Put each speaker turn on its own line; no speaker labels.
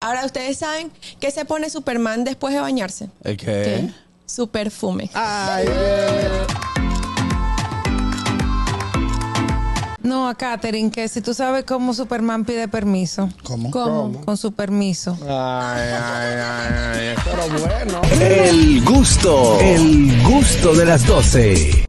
Ahora, ¿ustedes saben qué se pone Superman después de bañarse?
¿El qué?
¿Qué? Su perfume.
Ay, bebé.
No, a Katherine, que si tú sabes cómo Superman pide permiso.
¿Cómo?
¿Cómo? Con su permiso.
ay, ay, ay, ay.
Pero bueno.
El gusto, el gusto de las 12.